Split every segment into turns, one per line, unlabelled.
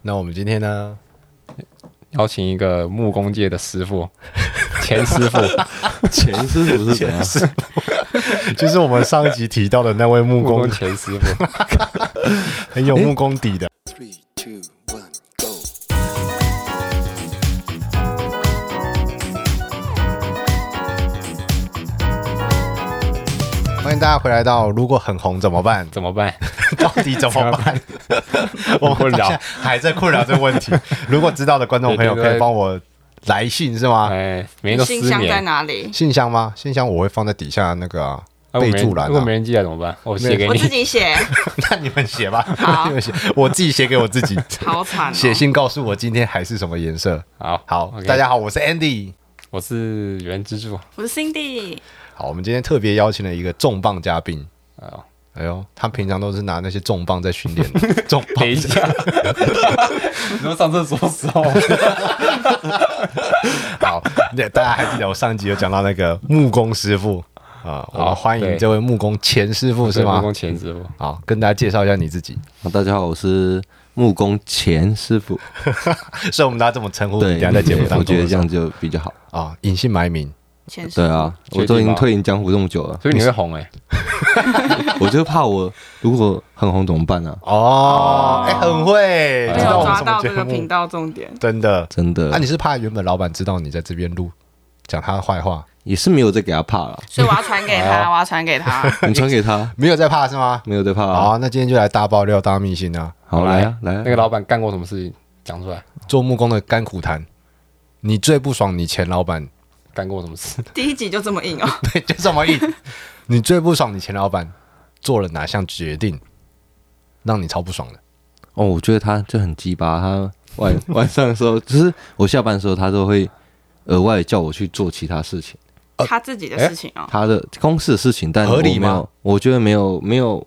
那我们今天呢，
邀请一个木工界的师傅，前师傅，
前师傅是怎样？
就是我们上一集提到的那位木
木
工
工，前师傅。
很有木工底的。
Three, two, one, go.
欢迎大家回来到《如果很红怎么 办》，
怎么办？
到底怎么办？ 我们
困扰
到现在还在困扰这个问 题。如果知道的观众朋友
对对对
可以帮我来信是吗？
哎，每天都失
信箱在
眠。
哪里？
信箱吗？信箱我会放在底下那个啊、
哎
备
我没人
注栏、
如果没
啊，
人寄来怎么办？我写给
我
你
自。己写，
那你们写吧，
好
你们写，我自己写给我自己，
好惨、哦。
写信告诉我今天海是什么颜色。
好，
好
OK
大家，好，我是 Andy。
我是原支柱。
我是 Cindy，
好，我们今天特别邀请了一个重磅嘉宾。
哦，
哎呦，他平常都是拿那些重磅在训练的，重磅
等一下，你说上厕所的时候，
好，那大家还记得我上集有讲到那个木工师傅啊、我们欢迎
对
这位木工钱师傅是
对木
吗
工？前师傅。
好，跟大家介绍一下你自己，
好哦大家好，我是木工前师傅。
所以我们大家这么称呼你，
对，
哦等一下在节目当中
我觉得
的时
这
候
样就比较好。
啊，隐姓埋名，
前世
对啊，
确定
我都已经
吗
退隐江湖这 么久了，
所以你会红哎，
我就怕我如果很红怎么办啊？
哦，哎、很会，
没
没
知道
有
我们
抓
什么
到
节
这个
目
频，道重点，
真的。
真的
啊，你是怕原本老板知道你在这边录，讲他的坏话，
也是没有再给他怕 了，
所以我要传给 他，我要传给他。
你传给他，
没有在怕是吗？
没有再怕
好、
啊。
那今天就来大爆料大秘辛啊，
好来啊，来啊
那个老板干过什么事情？讲出来，
做木工的甘苦谈，你最不爽你前老板
干过什么事？
第一集就这么硬哦，
就这么硬。 你最不爽你前老板做了哪项决定，让你超不爽的？
哦，我觉得他就很鸡巴，他晚 晚上的时候，就是我下班的时候，他都会额外叫我去做其他事情，
他自己的事情哦。
他的公司的事情，但
合理
我没有
吗？
我觉得没有没有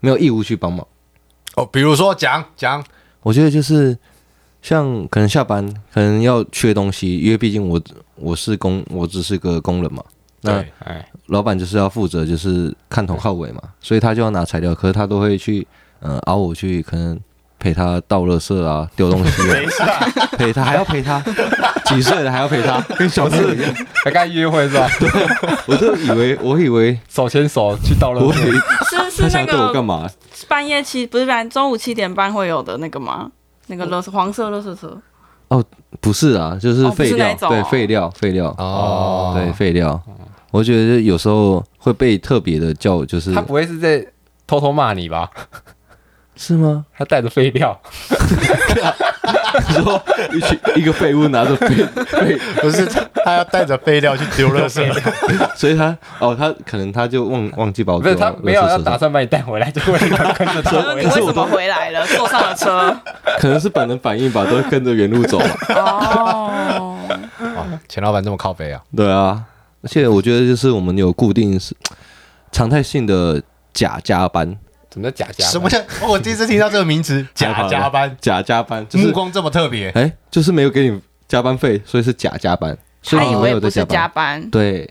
没有义务去帮忙。
哦，比如说讲讲，
我觉得就是像可能下班可能要缺东西，因为毕竟我我是工，我只是个工人嘛。那
对，
哎，
老板就是要负责就是看头靠尾嘛，所以他就要拿材料，可是他都会去呃熬我去可能陪他倒垃圾啊、丢东 西、啊，陪他还要陪 他，几岁了还要陪他，跟小朋友一样。
还干约会是吧？
我就以为我以为
手牵手去倒垃
我
圾。
以为
是
呃他
是
想要
那
对我干
个
嘛？
半夜七不是半中午七点半会有的那个吗？那个垃圾黄色垃圾车，
不是啊，就是
哦不
废
是
料，
那种
对
哦
废料废料
哦
对废料。我觉得有时候会被特别的叫，就是
他不会是在偷偷骂你吧？
是吗？
他带着废料，
你说一群一个废物拿着废废，
不是他要带着 废料去丢垃圾，
所以他哦，他可能他就忘忘记把我
不是
丢到
他没有
垃圾
要
车
打
上，
算把你带回来，就为了跟着他回
呃
就是你
来。
为什么回来了？坐上了 车。
可能是本能反应吧，都跟着原路 走嘛。
哦，
哦、前老板这么靠背啊？
对啊，而且我觉得就是我们有固定是常态性的假加班，
怎么叫假加？
什么？叫？哦我第一次听到这个名 词，假加班，
假加班就
目
是
光这么特别，
哎，就是没有给你加班费，所以是假加班，所
他
以
以
你没有在
为不是
加
加
班，
班
对，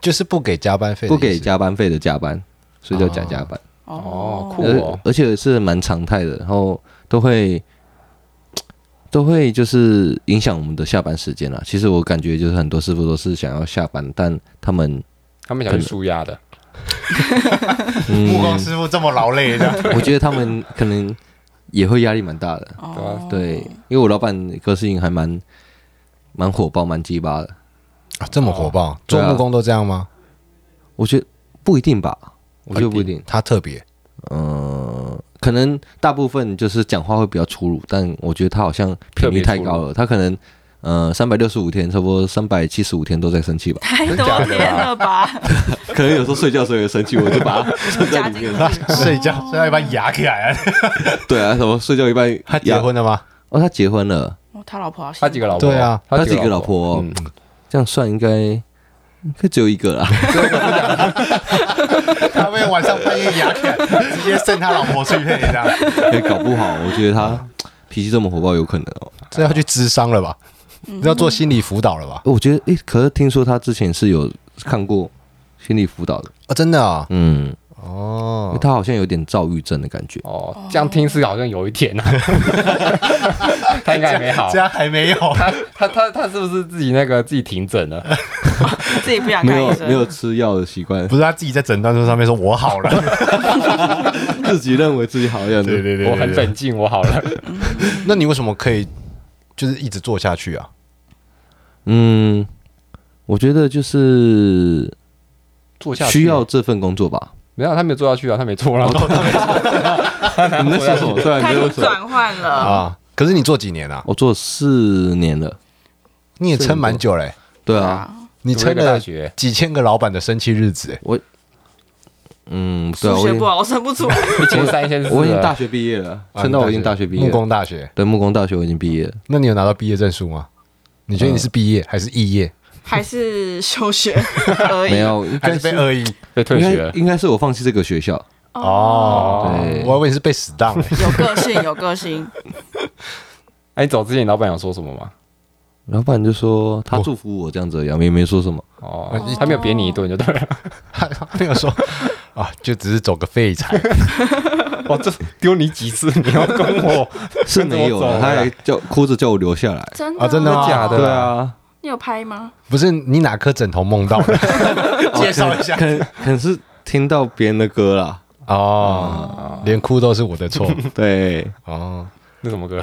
就是不给加班费的意
不
思，
给加班费的加班，所以叫假加班。
哦，酷
而
哦！
而且是蛮常态的，然后都会都会就是影响我们的下班时间啦。啊其实我感觉就是很多师傅都是想要下班，但他们
他们想去舒压的，
嗯
木工师傅这么劳累，这样
我觉得他们可能也会压力蛮大的。
对吧
哦，。
对，啊因为我老板个性还蛮蛮火爆、蛮鸡巴的，
啊这么火爆，做
对啊
木工都这样吗？
我觉得不一定吧，我觉得不一定。
他特别
呃，可能大部分就是讲话会比较粗鲁，但我觉得他好像频率太高了，他可能呃三百六十五天，差不多三百七十五天都在生气吧
太多天了吧？
可能有时候睡觉的时候也生气，我就把他 存 在
加
里
进
面。
去，
睡觉睡到一半牙起来了，
对啊，什么睡觉一半
他结婚了吗？
哦，他结婚了，
哦，他老婆好
他几个老婆？
对啊，
他几个老婆哦，
嗯
这样算应该应该只有一个啦。
他被晚上半夜牙起来， 直接剩他老婆去配这样，
也搞不好，我觉得 他脾气这么火爆，有可能哦。
这要去智商了吧？要做心理辅导了吧？
哦我觉得，诶，可是听说他之前是有看过心理辅导的，
啊，真的啊，
嗯，因
哦
为，他好像有点躁郁症的感觉。
哦，这样听是好像有一点啊，他应该还没好
这。样哦还没有，
他他他他是不是自己那个自己停诊了？
自己不想
没
看
有
医
没有
生，
吃药的习惯
不，是他自己在诊断书上面说我好了，
自己认为自己好样
对
子。
对对
我很冷静，我好了。
那你为什么可以就是一直做下去啊？
嗯，我觉得就是
做下去
需要这份工 作吧。
没有，他没有做下去啊，他没做了。
你在说什么？突然
他已
间
经
为什么？
转换了，
啊，可是你做几年啊？
我做四年了，
你也撑蛮久嘞、
对
对
啊，
啊，
你
读了
撑
一个大
了
学，
几千个老板的生气日子、欸，
嗯，对啊，我
数
已
学不
经
好，我生不出来。
一千三一千四了，
我已经大学毕业了，
啊
撑到我已经大学毕业
木
了。
工大学。
对，木工大学我已经毕业了，
那你有拿到毕业证书吗？你觉得你是毕业还是肄业，
还是休 学而已。
没有，应
还
该
是
是
被恶意？
哎被
应
退学
该
了。
应该是我放弃这个学校。
哦，
对
我还以为你是被死当、欸。
有个性，有个性，
哎，你走之前，你老板有说什么吗？
老板就说他祝福我这样子，杨明没说什么。
嗯
哦，他没有扁你一顿就对了。
他没有说啊，就只是走个废柴。
哇，这丢你几次？你要 跟我？
是没有
跟着我走
的，
了
他还叫哭着叫我留下 来。
真
啊真的吗
哦
假的
对啊，
你有拍吗？
不是你哪颗枕头梦到的？ 介绍一下
可能可能是听到别人的歌啦。
哦，连哭都是我的错
对，
哦。
那什么歌？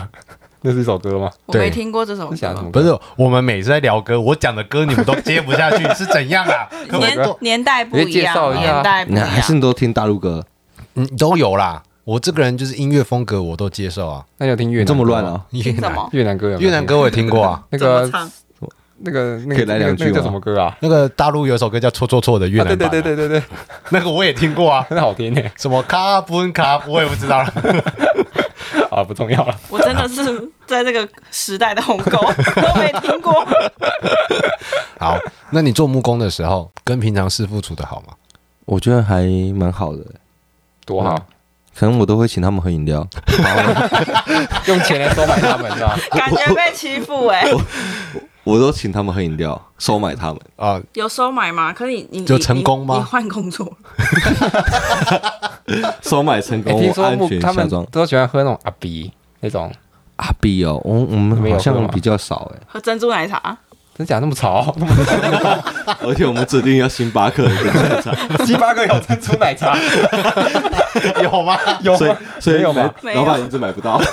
那是一首歌吗？
我
对
没听过这首
是讲什
歌。
么
不
啊
歌？
是，我们每次在聊歌，我讲的歌你们都接不下 去，是怎样啊？可不可以
年
多
年代不
你
一
介绍
样，
一下
年代不一
那还
样
是。你都听大陆歌，
嗯，都有啦。我这个人就是音乐风格我都接受啊。
那你有听越南
这么
歌
乱
吗？
啊？
越
听什
南
么？
越南歌有没有听
越南歌我也听过啊，
那
怎么
个
唱？
那个那个
可以来两句
那个那个叫
吗
什么歌啊？
那个大陆有首歌叫《错错错》的越
啊，
南
对
版、
对
啊，
对对对对，
那个我也听过啊。
很好听耶！
什么卡布卡布，我也不知道了。
啊，不重要了。
我真的是在这个时代的鸿沟都没听过。
好，那你做木工的时候，跟平常师傅处的好吗？
我觉得还蛮好的，
多好，
可能我都会请他们喝饮料。
用钱来收买他们是吧？
感觉被欺负哎、
我都请他们喝饮料，收买 他们。
啊、
有收买吗？可是你你
有成功吗
你你换工作了，
收买成
哎
功，
听
我
说
安
木
全
他
下
们
装。
都喜欢喝那种阿比那种，
阿 B 哦，我我们好
没有喝
像
吗
比较少哎，
喝珍珠奶茶，
真假那么潮？
而且我们指定要星巴克，
星巴克有珍珠奶 茶，
有吗？
有
所
吗？
以所 以
没有吗？
没有老板
一直买不到。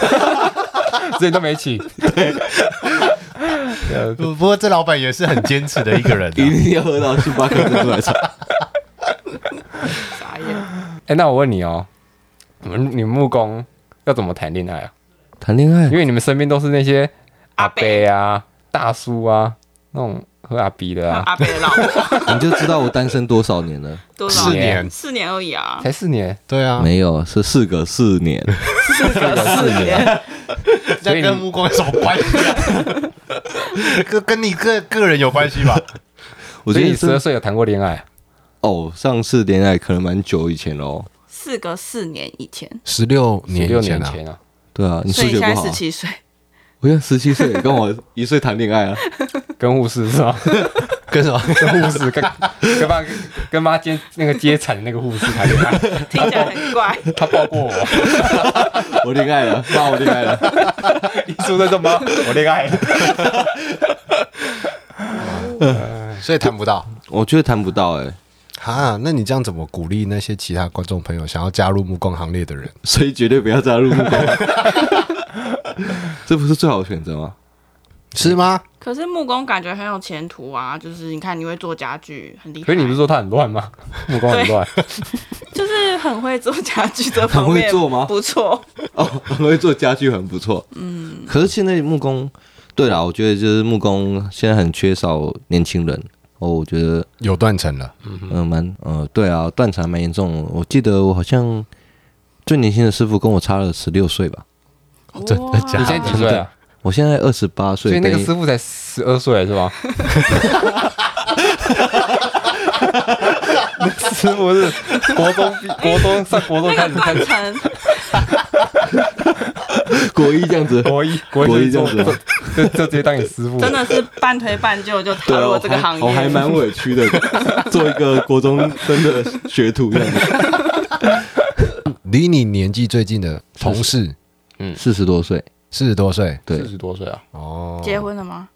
所以都没请。 对，
不不过这老板也是很坚持的 一个人、
一
啊。
定要喝到星巴克珍珠奶茶。
傻眼。
哎，那我问你哦，你们你们木工要怎么谈恋爱 啊？
谈恋爱
因为你们身边都是那些阿
阿
伯
伯
啊、大叔啊，那种喝阿比的啊，
阿北的老婆
你就知道我单身多少年了。
多少
四
年？
年，
四年而已啊，
才四年，
啊对啊，
没有，是事隔四年。
四个四年，
这跟木工有什么关系、啊？ 跟跟你个个人有关系吧？
我
所
觉
以
得
你十
是
二岁有谈过恋爱，啊
哦，上次恋爱可能蛮久以前哦喽。
四个四年以前，
十六
十
年
六
以
年
前啊，
前啊，
对啊，你
所
数
以你
学
现在
不好
十
啊。
七岁，
我现在十七岁，跟我一岁谈恋爱 啊。
跟护士是吧？
跟什么？
跟护士跟跟妈跟妈接那个接产的那个护士谈恋爱，
听起来很怪。
他抱过我，
我恋爱了，妈，我恋爱了。
你说的什么？我恋爱了，
所以谈不到。
我觉得谈不到哎、
哈，那你这样怎么鼓励那些其他观众朋友想要加入木工行列的人？
所以绝对不要加入木工。 这不是最好的选择吗？
是吗？
可是木工感觉很有前途啊，就是你看你会做家具，很厉害。
所以你不是说他很乱吗？目光很乱，
就是很会做家具这方面，
很会做吗
不错，
哦，很会做家具，很不错。嗯，可是现在木工，对啦，我觉得就是木工现在很缺少年轻人。哦，我觉得，
有断层了，
嗯、蛮，呃，对啊，断层还蛮严重的。我记得我好像最年轻的师傅跟我差了十六岁吧，哦
真的假
你
的
现在几岁啊？
我现在二十八岁，
所以那个
等于
师傅才十二岁是吧？那师傅是国中毕国中上国中
那
开
个
始
断层
国一这样子，
国一国
国
一
一
就
这样子
做就就直接当你师傅，
真的是半推半就就踏
对啊，
入
我
了这个
还
行
我还
业。
蛮委屈的，做一个国中生的学徒这样子。
离你年纪最近的同事
四十多岁，
四十多岁
对
四十多岁啊，
哦，
结婚哦 了吗？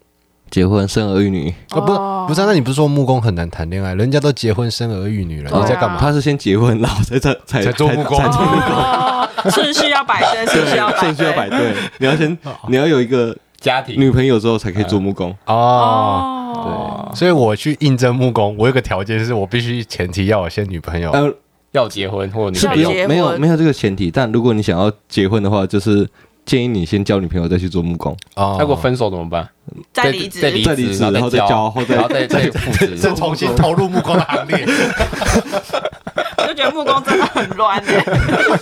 结婚生儿育女，
啊、不不是、啊，那你不是说木工很难谈恋爱？人家都结婚生儿育女了，
哦
你在干嘛？
他是先结婚，然后才才才
才做木工
才才做
哦，顺序要摆对，顺序要
对，
摆
顺序要摆
对。
对。你要先，你要有一个
家庭
女朋友之后才可以做木工。
哦，
哦，
哦，
所以我去应征木工，我有个条件是我必须前提要有先女朋友。
呃，
要结婚或者女
是
是
要
朋
不
友
结
用
婚
没有没有这个前提，但如果你想要结婚的话，就是建议你先交女朋友再去做木工。
哦
那如果分手怎么办？
再离职
再，离
再离职
然
然
后
后
再
再
交，
交后再
然后再再复职，
再哦重 新投入木工的行列，
我就觉得木工真的很乱欸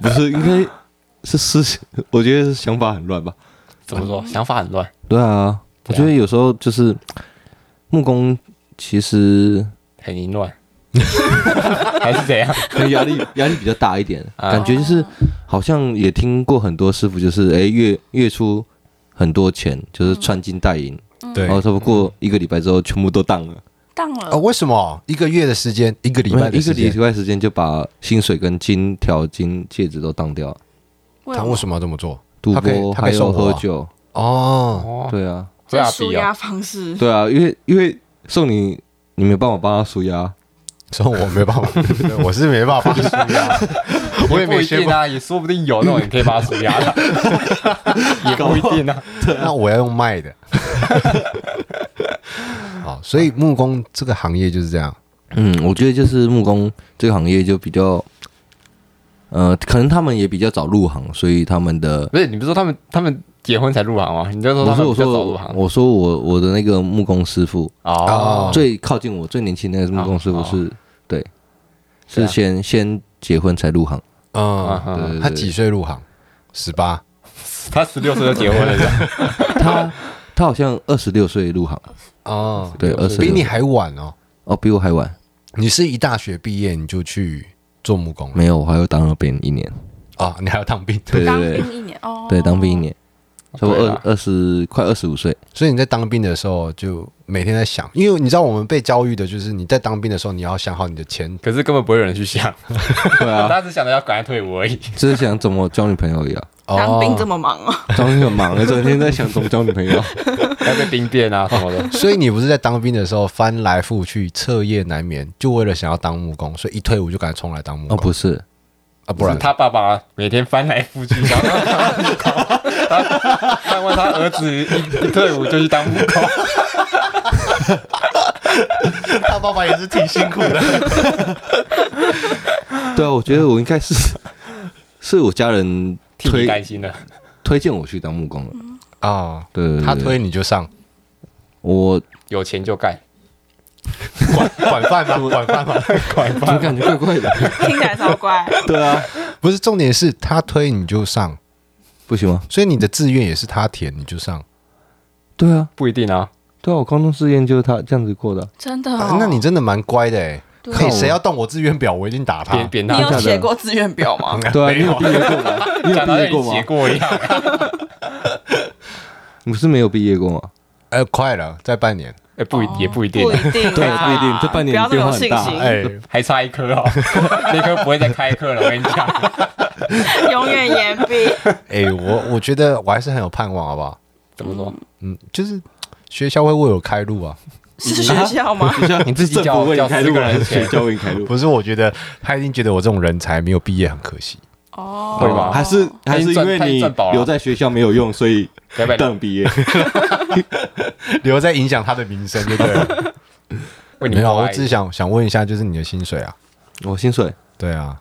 不是，应该是思，我觉得是想法很乱吧？
怎么说？
嗯
想法很乱，
对啊，我觉得有时候就是木工其实
很淫乱， 还是 怎样？
可能压力压力比较大 一点，
啊
感觉就是好像也听过很多师傅，就是哎月月初很多钱，就是穿金戴银，
对
嗯
然后差不多过一个礼拜之后全部都当了，
当
啊，
哦
了。
为什么一个月的时间，一个礼拜的
一个
时
礼
间，
拜时间就把薪水跟金条、金戒指都当掉，
为
他
什
为
么
什么要这么做？
赌
他可以
博
他可
还
以
有
生活啊
喝酒，
哦，
哦，
对啊，
这
阿
舒
比哦，
压方式？
对啊，因为因为送你，你没办法帮他舒压，
所以我没办 法，对我是没办法输
啊
呀， 我也
不
没
一
学
定
过。
啊，也说不定有那种你可以把它属压 的，也不一定啊。
那我要用卖的。 好，所以木工这个行业就是这样。
嗯，我觉得就是木工这个行业就比较，呃，可能他们也比较早入行，所以他们的
不是，你不是说他们他们结婚才入行吗？你就说
不
他
是
们
我
比较
说
早入行
我说我我的那个木工师傅、
哦
最靠近我最年轻的那个木工师傅是、对，
哦对
是
啊
先、先结婚才入行，
啊哈
嗯，
对
他几岁入行？十八。
他十六岁就结婚了是 吧，
他他好像二十六岁入行，
哦，
对，
26
二十
比你还晚哦。
哦比我还晚，
你是一大学毕业你就去做木工了
没有，我还要当了兵一年，
啊？你还要当兵，
对
当
对对
兵一年哦，
对，当兵一年，差不多
对
二
啊
二十快二十五岁，
所以你在当兵的时候就每天在想，因为你知道我们被教育的就是你在当兵的时候你要想好你的前
可是根本不会有人去想，
对啊，
他只想着要赶快退伍而已。
只是想怎么交女朋友一样。
当兵这
么。
么忙哦，
张天很忙，整天在想怎么交女朋友。
要被兵变啊什么的。
所以你不是在当兵的时候翻来覆去彻夜难眠，就为了想要当木工，所以一退伍就赶快冲来当木
哦，
工、
不是，
啊，不然
是他爸爸每天翻来覆去，想要当木工，他 他问他儿子一一退伍就去当木工，
他爸爸也是挺辛苦的。
对啊，我觉得我应该是，是我家人
替你担
推
心了。
推荐我去当木工的。
哦，
对对对
他推你就上，
我，
有钱就干，
管管饭吗？管饭吗？
怎么感觉怪 怪
啊
的？
听起来超怪。
对啊，
不是，重点是他推你就上，
不行吗？
所以你的志愿也是他填你就上。
对啊，
不一定啊。
对啊，我高中试验就是他这样子 过的。
真的、
啊那你真的蛮乖的哎。
哦对
嘿，谁要动我志愿表，我一定打
扁
他。
扁
你
他，
有写过志愿表吗？
对啊，你有毕业过吗？你有
讲
毕
到像
业
你
过
写
吗？
过一样，
你不是没有毕业过吗？
呃，快了，再半年。
哎，不
哦
一也不一定
不，一定啊，
对不一定这半年
不要这么有信
变化很
心，
大
哎，
还差一颗哦， 那颗不会再开课了。我跟你讲，
哎
永远言 毕。
哎，我我觉得我还是很有盼望，好不好？
怎么说？
嗯，就是学校会为我开路啊。
是学 校吗？
你自己
政
叫
府为
叫
你开
四
路
个
还
人
是学
钱，
校为你开 路？
不是，我觉得他一定觉得我这种人才没有毕业很可惜。
哦，
会吧
还是还是因为
他已经
你
赚饱了
留在学校没有用，所以
对不对？
等 毕业。
留在影响他的名声，对不 对？
为你
没有，
默
我
哀
只是想想问一下，就是你的薪水啊？
我薪水
对 啊，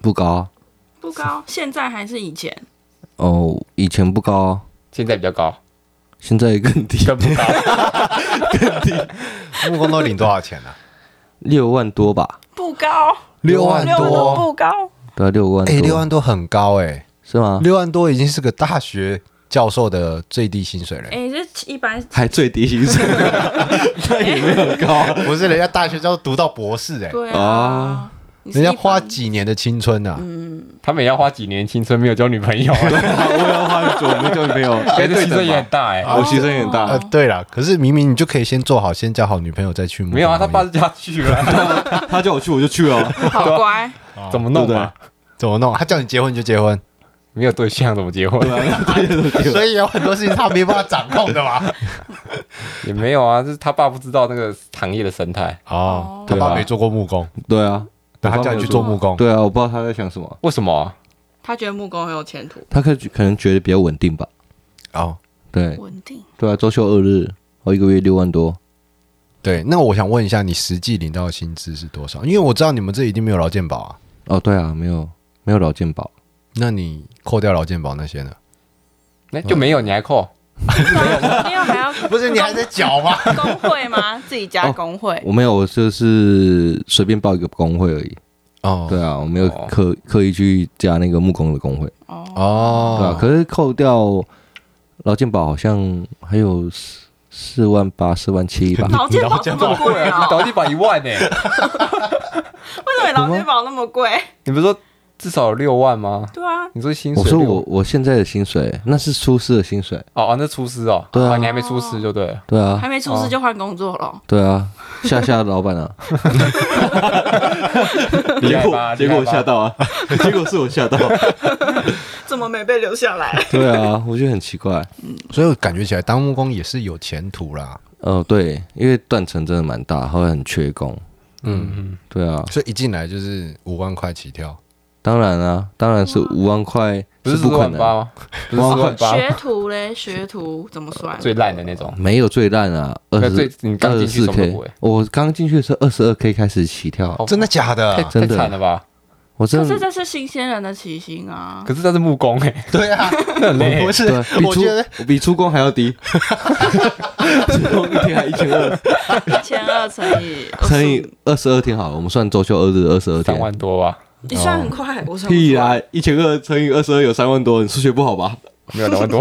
不高啊
不高，现在还是以前？
哦，以前不高啊，
现在比较高，
现在更低，
更不 高，
木工都领多少钱啊？
六万多吧。
不高，
六万
六万都
多，
不高，
对啊，六万多，
哎，六万多很高哎、
是吗？
六万多已经是个大学教授的最低薪水了。
哎，这一般
还最低薪水，那也没有高啊。
哦不是，人家大学教授读到博士哎、
对啊，你是
人家
一
花
般
几年的青春啊，
嗯他们也要花几年青春没有交女朋友啊，
我要花很久，我们就没有，
所以
哎
这
这
牺牲也很大哎、
我牺牲也很
呃
大，，
对了，可是明明你就可以先做好，先交好女朋友再去。
没有啊，他爸是叫他去了，
他叫我去我就去啊了，
好乖，
怎么弄啊？
怎么弄？他叫你结婚你就结婚，
没有对象怎么结婚？
所以有很多事情他没办法掌控的嘛。
也没有啊，就是他爸不知道那个行业的生态，
哦，他
对
爸
啊
没做过木工，
对啊，
对他叫你去做木工，
对啊，我不知道他在想什么，
为什么啊？
他觉得木工很有前途，
他可可能觉得比较稳定吧，
哦，
对
稳定。
对啊，周休二日，哦我一个月六万多，
对。那我想问一下，你实际领到的薪资是多少？因为我知道你们这一定没有劳健保啊，
哦，对啊，没有没有劳健保，
那你扣掉劳健保那些呢？
那、哎就没有你还扣？
没有还啊要
不是，你还在缴吗？
工会吗？自己
哦
加工会，，
我没有，我就是随便报一个工会而已，
哦，
对啊，我没有
哦
刻刻意去加那个木工的工会，对啊
哦，，
可是扣掉劳健保好像还有四四万八、四万七吧
劳健保这么贵啊？
倒地板一 万呢、
为什么劳健保那么贵？
你不是说至少有六万吗？
对啊，
你说薪水
我说
六
我我现在的薪水，那是出师的薪水。
哦哦，那厨师哦，
对啊
哦你还没出师就对 了。
对
还
啊，
没出事就换工作了。
对啊，吓吓老板啊！
厉害吧厉害吧
到 啊，结果是我吓到。啊
怎么没被留下来？
对啊，我觉得很奇怪。
所以我感觉起来当木工也是有前途啦。
哦，对，因为断层真的蛮大，后来很缺工。
嗯，
对啊，
所以一进来就是五万块起跳，
当然啊，当然是五万块
不是
不
四
可
万八
能，
吗？不是四万八
学徒嘞，学徒怎么算？
最烂的那种，
没有最烂啊，二
那
十
最你刚进去
四
什么都
K
不会。
我刚进去的时候二十二 K 开始起跳，
哦
真的假
太
的？
太
真的
惨了吧？
嗯
我真
可
的
是这是新鲜人的起薪啊！
可是他是木工哎，
对 啊，我不是
对，比
我觉得
出比出工还要 低， 出工一天还一千二，
一千二乘以
乘以二十二天好了，我们算周休二日二十二
三
天。
万多吧？
你算很快，我算不
屁啊
出来
啦，一千二乘以二十二有三万多，你数学不好吧？
没有两 万多，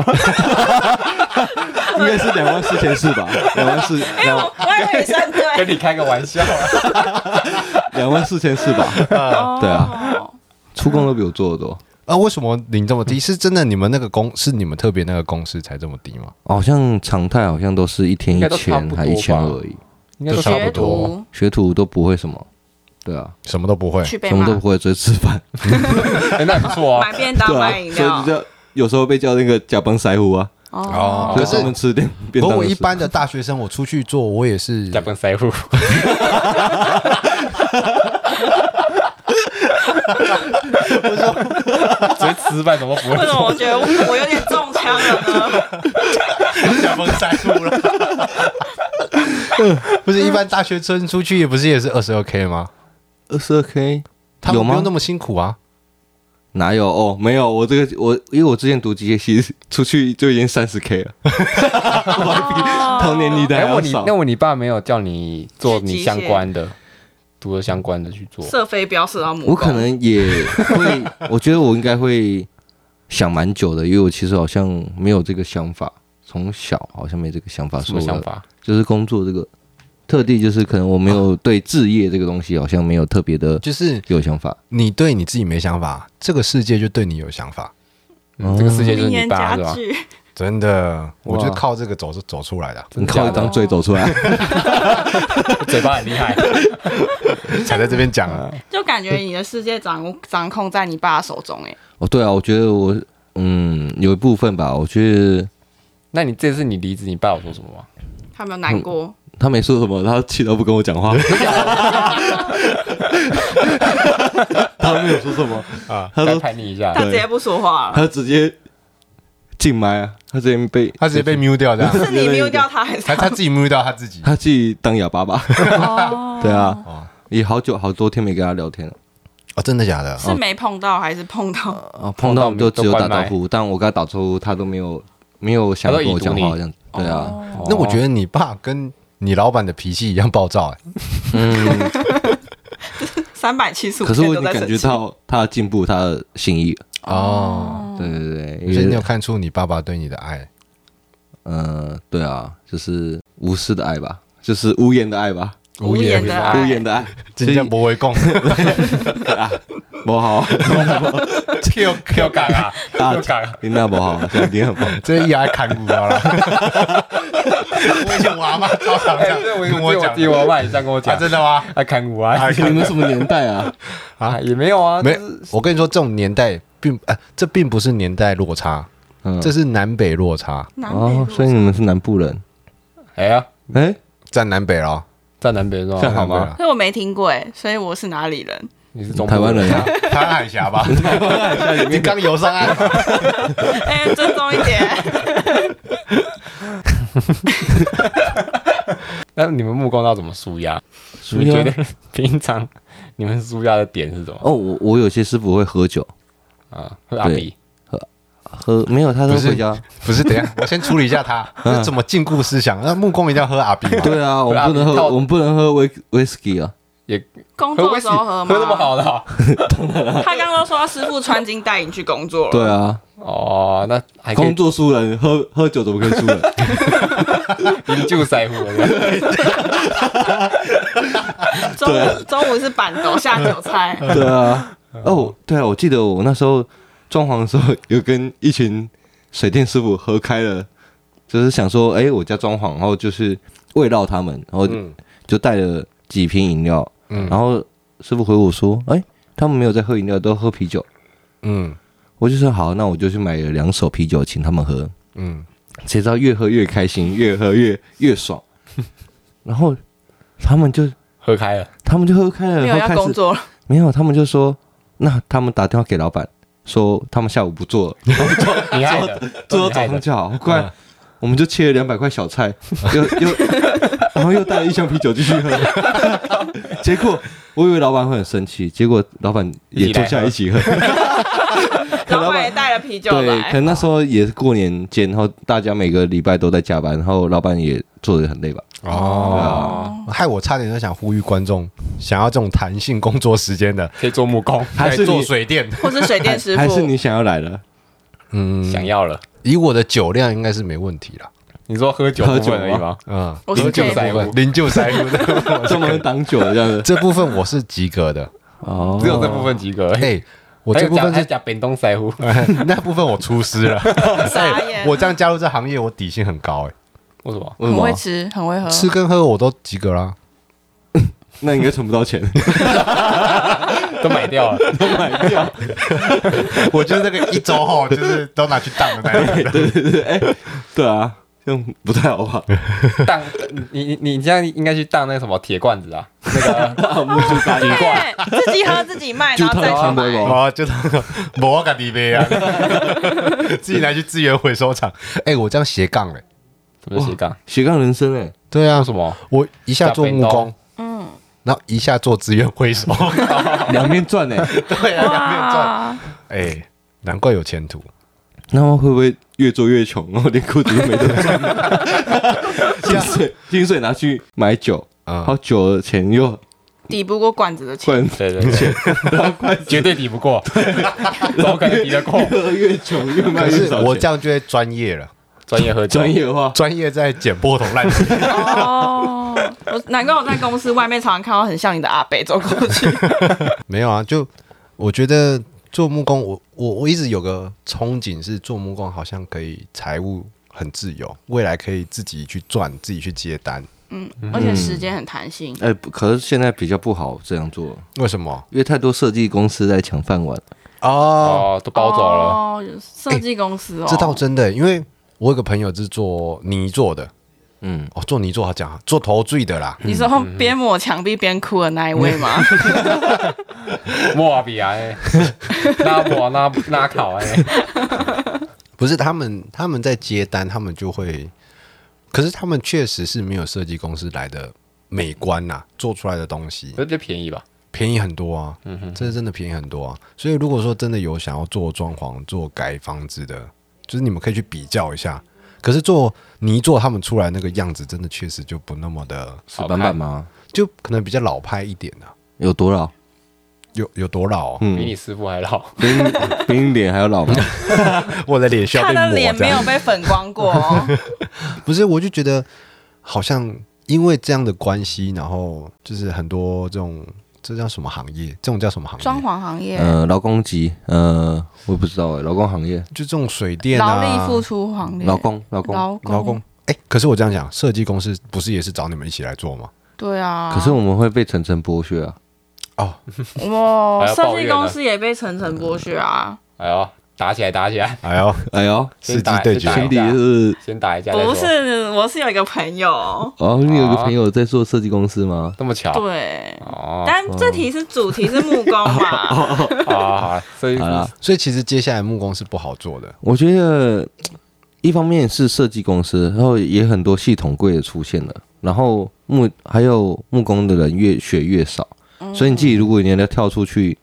应该是两万四千四吧，两万四两
哎我我也可以算
跟
对
你开个玩笑啊。
两万四千四吧。
哦。
对啊，出工都比我做的多，
啊，为什么领这么低？是真的你们那个公是你们特别那个公司才这么低吗？
好像常态好像都是一天
应该
一
都差不
千
多吧
还一千二而已，
应该说
差不
学
多
徒
学徒都不会什么。对啊，
什么都不会，
去被
什么
骂
都，不会，只会吃饭。
哎，那也不错啊
买。便当买饮料
就有时候被叫那个假崩腮胡啊，
哦可是
专门吃点
不过我一般的大学生，我出去做，我也 是
加本塞户，我说直接吃饭怎么不
为
会
什 么我觉得我我有点中枪了呢？
加崩塞住了。 不是一般大学生出去也不是也是二十二 k 吗？
二十二 k，
他
有
们不
吗
用那？么辛苦啊。
哪有哦？没有，我这个我因为我之前读机械系，出去就已经三十 k 了，同年龄的还
哎，
要
我你
啊少
那。我你爸没有叫你做你相关的，读了相关的去做，
射飞镖射到母狗，
我可能也会， 我觉得我应该会想蛮久的，因为我其实好像没有这个想法，从小好像没这个想法，
什
所
么
以我
想法？
就是工作这个特地就是可能我没有对置业这个东西好像没有特别的
就是
有想法。
你对你自己没想法，这个世界就对你有想法。
嗯这个世界就是
名
你
言
爸
佳
是吧？
句，
真的，我就是
哇
靠这个走走出来的啊，
你靠一张嘴走出来，
嘴巴很厉害，
才在这边讲啊。
就感觉你的世界掌掌控在你爸手中哎。
哦，对啊，我觉得我嗯有一部分吧，我觉得
那你这次你离职，你爸有说什么吗？
他有没有难过？
他没说什么，他气到不跟我讲话。他没有说什么啊，他
再
说
拍你一下
他，直接不说话 了，
他直接进麦啊，他直接被
他直接被 mute 掉这样，
是你 mute 掉他还是
他他自己 mute 掉他自己。
他自己当哑巴吧？
哦，
对啊，也好久好多天没跟他聊天了
哦，真的假的？
是没碰到还是碰到？
啊，碰到我们就只有打招
都
呼，但我跟他打招呼，他都没有没有想跟我讲
他
话
都已读
这样子。对啊，
哦
哦那我觉得你爸跟你老板的脾气一样暴躁、欸，
嗯，
三百七十五
可是
天
我已
都
经
在
感
生
觉
气，
到他的进步，他的心意。
哦，
对对对，
所以
因
你有
为
看出你爸爸对你的爱，
呃嗯，对啊，就是无私的爱吧，就是无言的爱吧。
无言的
无
爱
言，的爱，
真正无话 讲，
不好，
Q Q 杠啊，Q 杠啊，
你那不好，这样你很棒。
这也爱看股啊啦。我以前我阿妈超常这
哎，
样
这我
跟
我
我
我
讲
弟，我爸也这样跟我
啊
讲，
真的吗？
爱看古啊，
哎
你们什么年代啊？
啊也没有啊，
没
就是，
我跟你说，这种年代并呃，这并不是年代落差，
嗯
这是南北落差，
南北
哦
路，
所以你们是南部人。
哎呀，
哎，
站南北咯。
在南北是吧？
这样好
南北啊
吗？
咯？
所以我没听过哎，所以我是哪里人？
你是中部
台湾人 啊，
台湾海峡 吧，你刚游上岸，
哎，尊重一点，
那你们木工要怎么舒压？
属
你
于
觉得 平常你们舒压的点是什么
哦，我我有些师傅会喝酒，
啊？会阿比
喝没有他都
不是
回家。
不是？等一下，我先处理一下 他，这怎么禁锢思想？那木工一定要喝阿比吗？
对啊，我们不能
阿比
喝，
套
我们不能喝威威士忌啊。
也
工
喝
作
威
的
士
时
忌，
候
喝
吗？
那么好的啊
他刚刚说他师傅穿金戴银去工作了，
对啊，
哦，那还可以
工作输人，喝喝酒怎么可以输人？
饮酒赛虎了这样，
中午中午是板豆下酒 菜，
对啊，哦，对啊，我记得我那时候装潢的时候，有跟一群水电师傅合开了，就是想说，哎、我家装潢，然后就是慰劳他们，然后
嗯
就带了几瓶饮料，
嗯
然后师傅回我说，哎、他们没有在喝饮料，都喝啤酒。
嗯
我就说好，那我就去买了两手啤酒请他们喝，
嗯，
谁知道越喝越开心，越喝越越爽，然后他们就
喝开 了，
他们就喝开了，
没有
然
要
后开
工
始
作了，
没有，他们就说，那他们打电话给老板说他们下午不做 了，
你害的，哦
做到
你害
早
的
上就
嗯
好，不然我们就切了两百块小菜，又 又然后又带了一箱啤酒继续喝， 结果我以为老板会很生气，结果老板也坐下来一 起喝，可能
老
老
板也
板。
带了啤酒
对，可
来，
能那时候也是过年间，然后大家每个礼拜都在加班，然后老板也做的很累吧。
哦，害我差点就想呼吁观众，想要这种弹性工作时间的，
可以做木工，
还是
来做
你
水电，
或是水电师
还是
傅，
你想要来 了？
嗯，
想要了。
以我的酒量应该是没问题啦。
你说喝酒
喝
部分
酒
而已
吗
吗？
嗯，
我是
零九
可以
三
喝
五，零九三 五的
专门挡酒的这样 子。
这部分我是及格的。
哦
只有这部分及格而已。
哎，我这部分
还有
是嗯
加扁东塞虎，
那部分我出师 了。哎
傻眼，
我这样加入这行业，我底薪很高哎，
为什么？
为什
很
么
会？吃，很会喝，
吃跟喝我都及格啦。
那应该存不到 钱。
都买掉了，
都买掉。
我就是那个一周后就是都拿去当的那一种。
对啊，这样不太好吧？
当你你你这样应该去当那个什么铁罐子啊，那个铝罐，
对，自己喝自己 卖，然后再去买。
哦，
哦，就是摩卡迪 杯啊，自己拿去资源回收厂。哎，我这样斜杠哎。
什么斜杠？
斜杠人生哎，
对啊
叫，什么？
我一下做木
下
工
北，
嗯，
然后一下做资源回收。
两面赚哎。
对啊，两边赚。
哇，
哎，难怪有前途。
那么会不会越做越穷，然后连裤子都没得穿？ 薪水薪水拿去买酒，
啊
然后酒的钱又
抵不过罐子的钱，
灌，
对对对，绝对抵不过，怎么可能抵得过？
越喝越穷，越卖
可
越
是
少
我这
钱。
样就会专业了，
专业喝酒，
专业化，
专业在捡破桶烂水。
哦，我难怪我在公司外面常常看到很像你的阿伯走过去，
没有啊，就我觉得做木工，我我我一直有个憧憬是做木工好像可以财务很自由，未来可以自己去赚，自己去接单。
嗯，而且时间很弹性，
哎，不可是现在比较不好这样做，
为什么？
因为太多设计公司在抢饭碗。
哦，
哦，都包走了，
哦，设计公司哦，
这倒真的，因为我有个朋友是做泥做的，
嗯，
哦，做泥做好讲啊，做头坠的啦。
你说边抹墙壁边哭的那一位吗？
莫阿比啊， 哎那莫那那考哎，
不是他们，他们在接单，他们就会，可是他们确实是没有设计公司来的美观呐、做出来的东西
这就便宜吧？
便宜很多啊，嗯哼，这是真的便宜很多啊。所以如果说真的有想要做装潢、做改房子的，就是你们可以去比较一下。可是做泥做他们出来那个样子，真的确实就不那么的，
死板板吗？
就可能比较老派一点啊。
有多老？
有有多老、哦？
比
嗯，
你师傅还老，
比你比你脸还要 老吗？
我的脸需要
他
被
的
抹
脸
这
没有
样。
被粉光过哦，
不是，我就觉得好像因为这样的关系，然后就是很多这种这叫什么行业？这种叫什么行业？
装潢行业、
呃，劳工级，呃，我也不知道哎，劳工行业，
就这种水电
劳、
啊，
力付出行业、
劳工，劳工。
劳
劳工。哎、可是我这样讲，设计公司不是也是找你们一起来做吗？
对啊。
可是我们会被层层剥削啊，
哦，
哇，
还要
设
抱
计
怨
公
呢
司也被层层剥削啊！
哎呦，打起来，打起来，
哎呦，
哎呦，
世
先
纪
打
对决
先打
兄
一
弟
架
是
先打一架再说。
不是，我是有一个朋友，
哦，你有个朋友在做设计公司吗？
这么巧
对，
啊
哦，
但
嗯
这题是主题是木工
哦
嘛，
好啊好啊，所以
好啦，
所以其实接下来木工是不好做的。
我觉得一方面是设计公司，然后也很多系统柜的出现了，然后木还有木工的人越学越少，所以你自己如果你要跳出去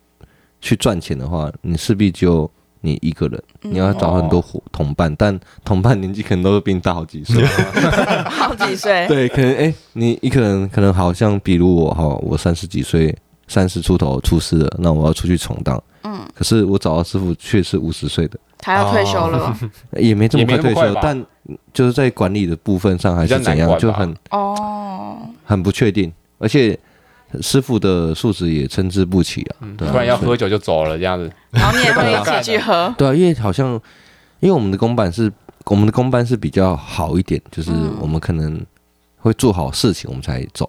去赚钱的话，你势必只有你一个人，
嗯
你要找很多伙同伴，但同伴年纪可能都比你大好几岁。
好几岁，
对，可能哎、你一个人可能好像，比如我哈，我三十几岁，三十出头出师了，那我要出去闯荡。嗯，可是我找到师傅却是五十岁的，
他要退休了
也没这么
也没
快
那么
退
快
休
吧，
但就是在管理的部分上还
比较
是
难
怎样，
管
就
吧
很
哦。
很不确定，而且师傅的素质也参差不齐啊。对啊
嗯不然要
所以
喝酒就走了这样子。
然后你也会一起去喝，
对啊，因为好像因为我们的公版是我们的公班是比较好一点，就是
嗯
我们可能会做好事情我们才走。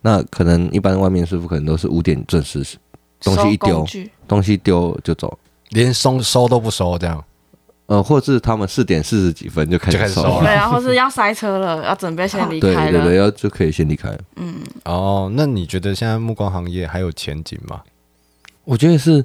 那可能一般外面师傅可能都是五点准时， 东西一
收工
丢，
具
东西丢就走。
连收收都不收，这样
呃，或是他们四点四十几分就开
就开
始
始
收
收
对，
了
了，
然后是要塞车了，要准备先离
哦对
开
对对，
了。
要就可以先离开。
嗯，
哦。那你觉得现在木工行业还有前景吗？
我觉得是，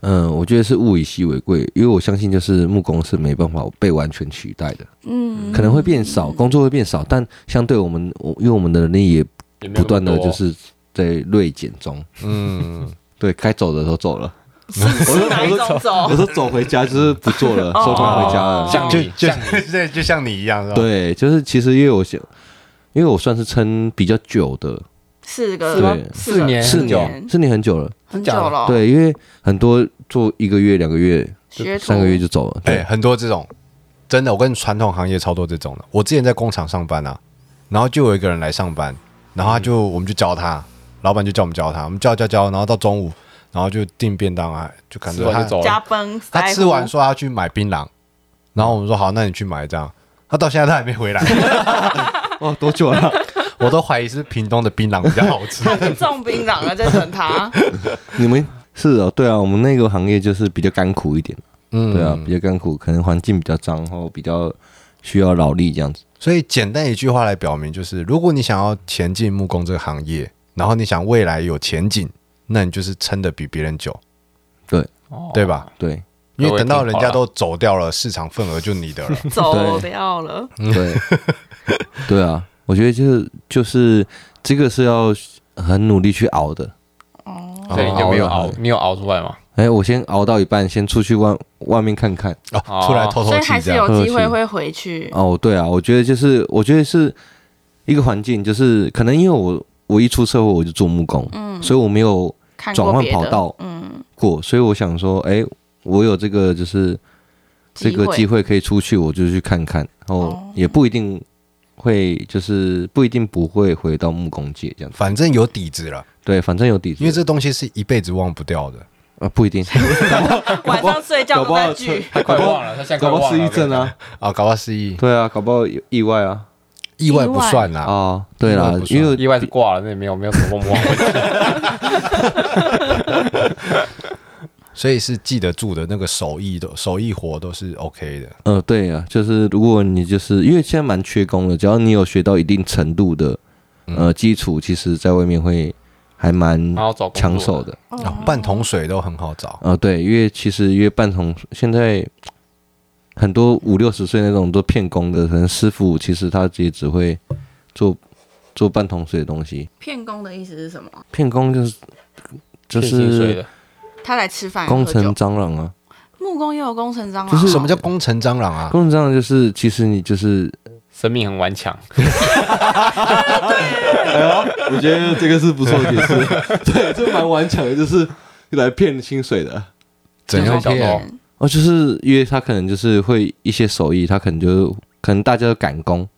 嗯、我觉得是物以稀为贵，因为我相信就是木工是没办法被完全取代的，
嗯，
可能会变少，工作会变少，但相对我们，我因为我们的能力也
也没有那
不
么
断的
多
就是在锐减中，
嗯，
对该走的都走了，
是哪一种走
我？说走回家就是不做了，
哦
收工回家了，
像
就
你
就
像
对，就像你一样，是吧？
对，就是其实因为我想，因为我算是撑比较久的，
四个
是吗对
个
四年哦
是
很
你
久
是你很久了，
很久了，，
对，因为很多做一个月、两个月、
学徒
三个月就走了，
哎、
对，
很多这种，真的，我跟传统行业超多这种的。我之前在工厂上班啊，然后就有一个人来上班，然后他就、我们就教他，老板就叫我们教他，我们教教教，然后到中午，然后就订便当啊，就感
吃
觉
完
他
就走
加
了，
崩塞
他
乎
吃完说他去买槟榔，然后我们说好，那你去买这样，他到现在他还没回来，
哦，多久了？
我都怀疑是屏东的槟榔比较好 吃。
他是中槟榔了，在 等他。
你们是哦，对啊，我们那个行业就是比较干苦一点，
嗯
对啊，比较干苦，可能环境比较脏，然后比较需要劳力这样子。
所以简单一句话来表明，就是如果你想要前进木工这个行业，然后你想未来有前景，那你就是撑得比别人久，
哦
对？吧？
对
因为等到人家都走掉了，市场份额就你 的了。
走掉了，
对对啊，我觉得就是就是这个是要很努力去熬的。
哦
所以你有没有
熬
熬
了？
你有熬出来吗？
哎，我先熬到一半，先出去外外面看看。
哦，出来透透
所以还
气
是
这样。
有机会会回去。
哦，对啊，我觉得就是我觉得是一个环境，就是可能因为我我一出社会我就做木工，
嗯，
所以我没有
看
转
过
换
别的
跑道
嗯，
过，所以我想说，哎，我有这个就是这个机
会，
会可以出去，我就去看看，然后
哦
也不一定会就是不一定不会回到木工界这样子。
反正有底子了，
对，反正有底子，
因为这东西是一辈子忘不掉的。
啊不一定，
晚上睡觉都在聚，
他快忘了，他现在快
搞不
忘了
好失忆症！啊，
啊，搞不好失忆，
对啊，搞不好有意外啊
意外不算啦。
啊，对
意
啦
外不，算
因
我
为
跟你讲意外是挂了，那也没有没有什么忘不忘。
所以是记得住的那个手艺都手艺活都是 OK 的。
呃对啊，就是如果你就是因为现在蛮缺工的，只要你有学到一定程度的呃基础，其实在外面会还蛮
然后找工作
抢手的。
哦半桶水都很好找，
啊，对，因为其实因为半桶现在很多五六十岁那种都骗工的，可能师傅其实他也只会做做半桶水的东西，
骗工的意思是什么？
骗工就是就
骗薪水
是
的
他来吃饭
工
喝酒
程，蟑螂啊，
木工也有工程蟑啊螂，
什么叫工程蟑螂啊？
工程蟑螂就是其实你就是，
生命很顽强，
我觉得这个是不错解 释，对，这蛮顽强的，就是来骗薪水的。
怎样
小偷
骗？
哦，就是因为他可能就是会一些手艺，他可能就可能大家都赶工，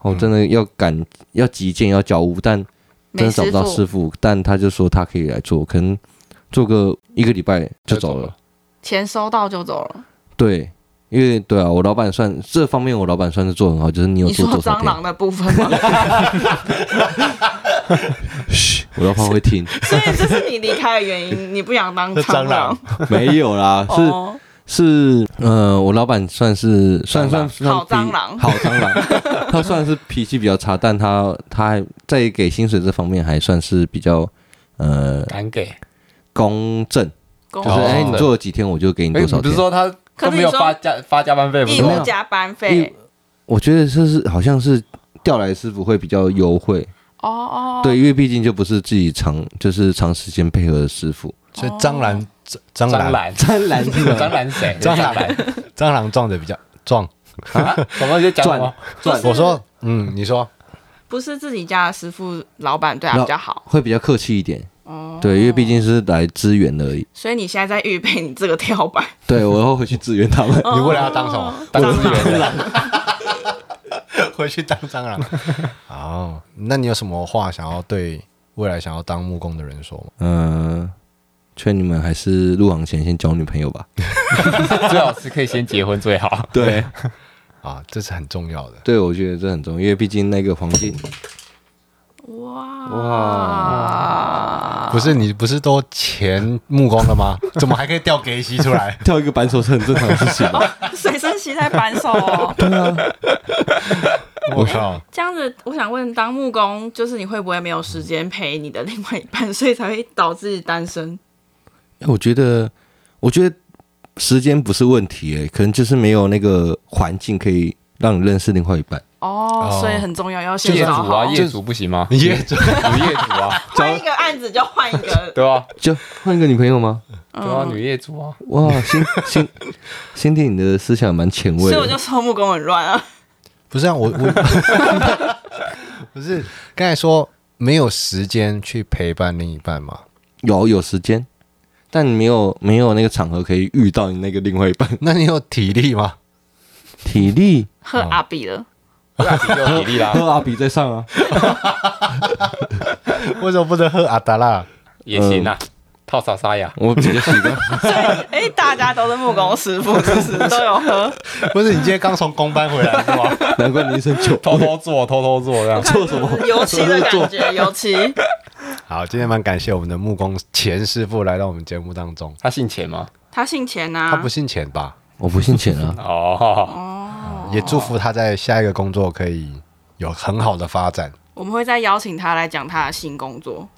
哦，真的要赶要急件要交屋，但真
没
的找不到
师
师
傅，
傅，但他就说他可以来做，可能做个一个礼拜就
就
走
走
了
了。
钱收到就走了。
对，因为对啊，我老板算这方面，我老板算是做得很好，就是你有
你
做
说
多少
蟑
天，
螂的部分吗？
我老板会 听。
所以这是你离开的原因，你不想当
是
蟑
蟑螂
没有啦，是
哦，
是呃，我老板算是算
蟑
算
螂
算
好
比
蟑螂
好蟑 螂，他算是脾气比较差，但他他还在给薪水这方面还算是比较呃
敢给？
公正，
公
就是
哦
哎、你做了几天我就给你
哎，
多
你
少
不
天
是。说他
可
都没
是你
有
说
发加发加班费不
义
是
没有
务
吗？
加班
因
费，
我觉得这是好像是调来的师傅会比较优惠，
哦哦，
对，因为毕竟就不是自己长就是长时间配合的师傅。
所以蟑螂蟑
蟑
螂
螂，
当然
蟑螂谁？
蟑螂
螂
蟑螂撞的比较撞。
啊？什么就讲什么？
不是
我说嗯，你说
不是自己家的师傅，老板对他比较好。
会比较客气一点，
哦，
对，因为毕竟是来支援的而已。
所以你现在在预备你这个跳板，
对，我要回去支援他 们。
你未来要当什么？
当
蟑
资
螂
源的，
回去当蟑螂。 哦，那你有什么话想要对未来想要当木工的人说吗？
嗯，劝你们还是入行前先交女朋友吧。
最好是可以先结婚最好。
对，
啊，这是很重要的。
对，我觉得这很重要，因为毕竟那个环境，？
哇！
不是你不是都前木工了吗？ 怎么还可以掉给息出来
跳一个扳手是很正常的事情啊 吧。
随身携带扳手哦。
啊
我靠，
这样子，我想问，当木工就是你会不会没有时间陪你的另外一半，所以才会导致单身？
哎我觉得，我觉得时间不是问题，诶，可能就是没有那个环境可以让你认识另外一半。
哦，
哦
所以很重要，要先
业主
找好
啊，。业主不行吗？
业
主，女业主啊，
换一个案子就换一个，
对啊，
就换一个女朋友吗？
嗯
对啊，女业主啊，
哇，辛辛辛迪，你的思想蛮前卫
所以我就
的。
说木工很乱啊。
不是啊，我 我不是刚才说没有时间去陪伴另一半嘛？
有有时间，但你没有没有那个场合可以遇到你那个另外一半。
那你有体力吗？
体力
喝阿比了，
那比较体力啦，
喝阿比在上啊，
为什么不能喝阿达拉？
也行啊，套莎莎 呀，
我比较喜欢。
哎、大家都是木工师傅，是不是都有喝？
不是你今天刚从工班回 来是吗？
难怪你一身酒
偷偷做，偷偷做这样。
做什么？
油漆的感觉，油漆。
好，今天蛮感谢我们的木工钱师傅来到我们节目当中。
他姓钱吗？！
他姓钱呐、啊，
他不姓钱吧？
我不信钱啊
哦，
也祝福他在下一个工作可以有很好的发展。
我们会再邀请他来讲他的新工作，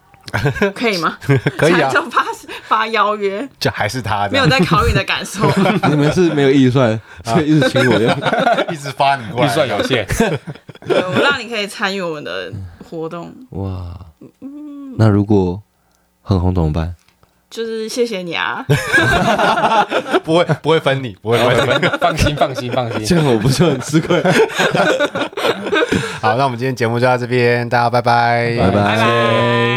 可以吗？
可以啊
才，就发发邀约，
就还是他这
没有
样，
在考虑你的感受。
你们是没有预算，所以一直请我用。
一直发你过
预
来，
算有限，
对我让你可以参与我们的活动，
哇，那如果很红怎么办？
就是谢谢你啊。
不会不会分你，
哦
不会 分你。
放心，放心，放心。
这样我不是很吃亏？
好，那我们今天节目就到这边，大家拜拜，
拜拜
拜拜。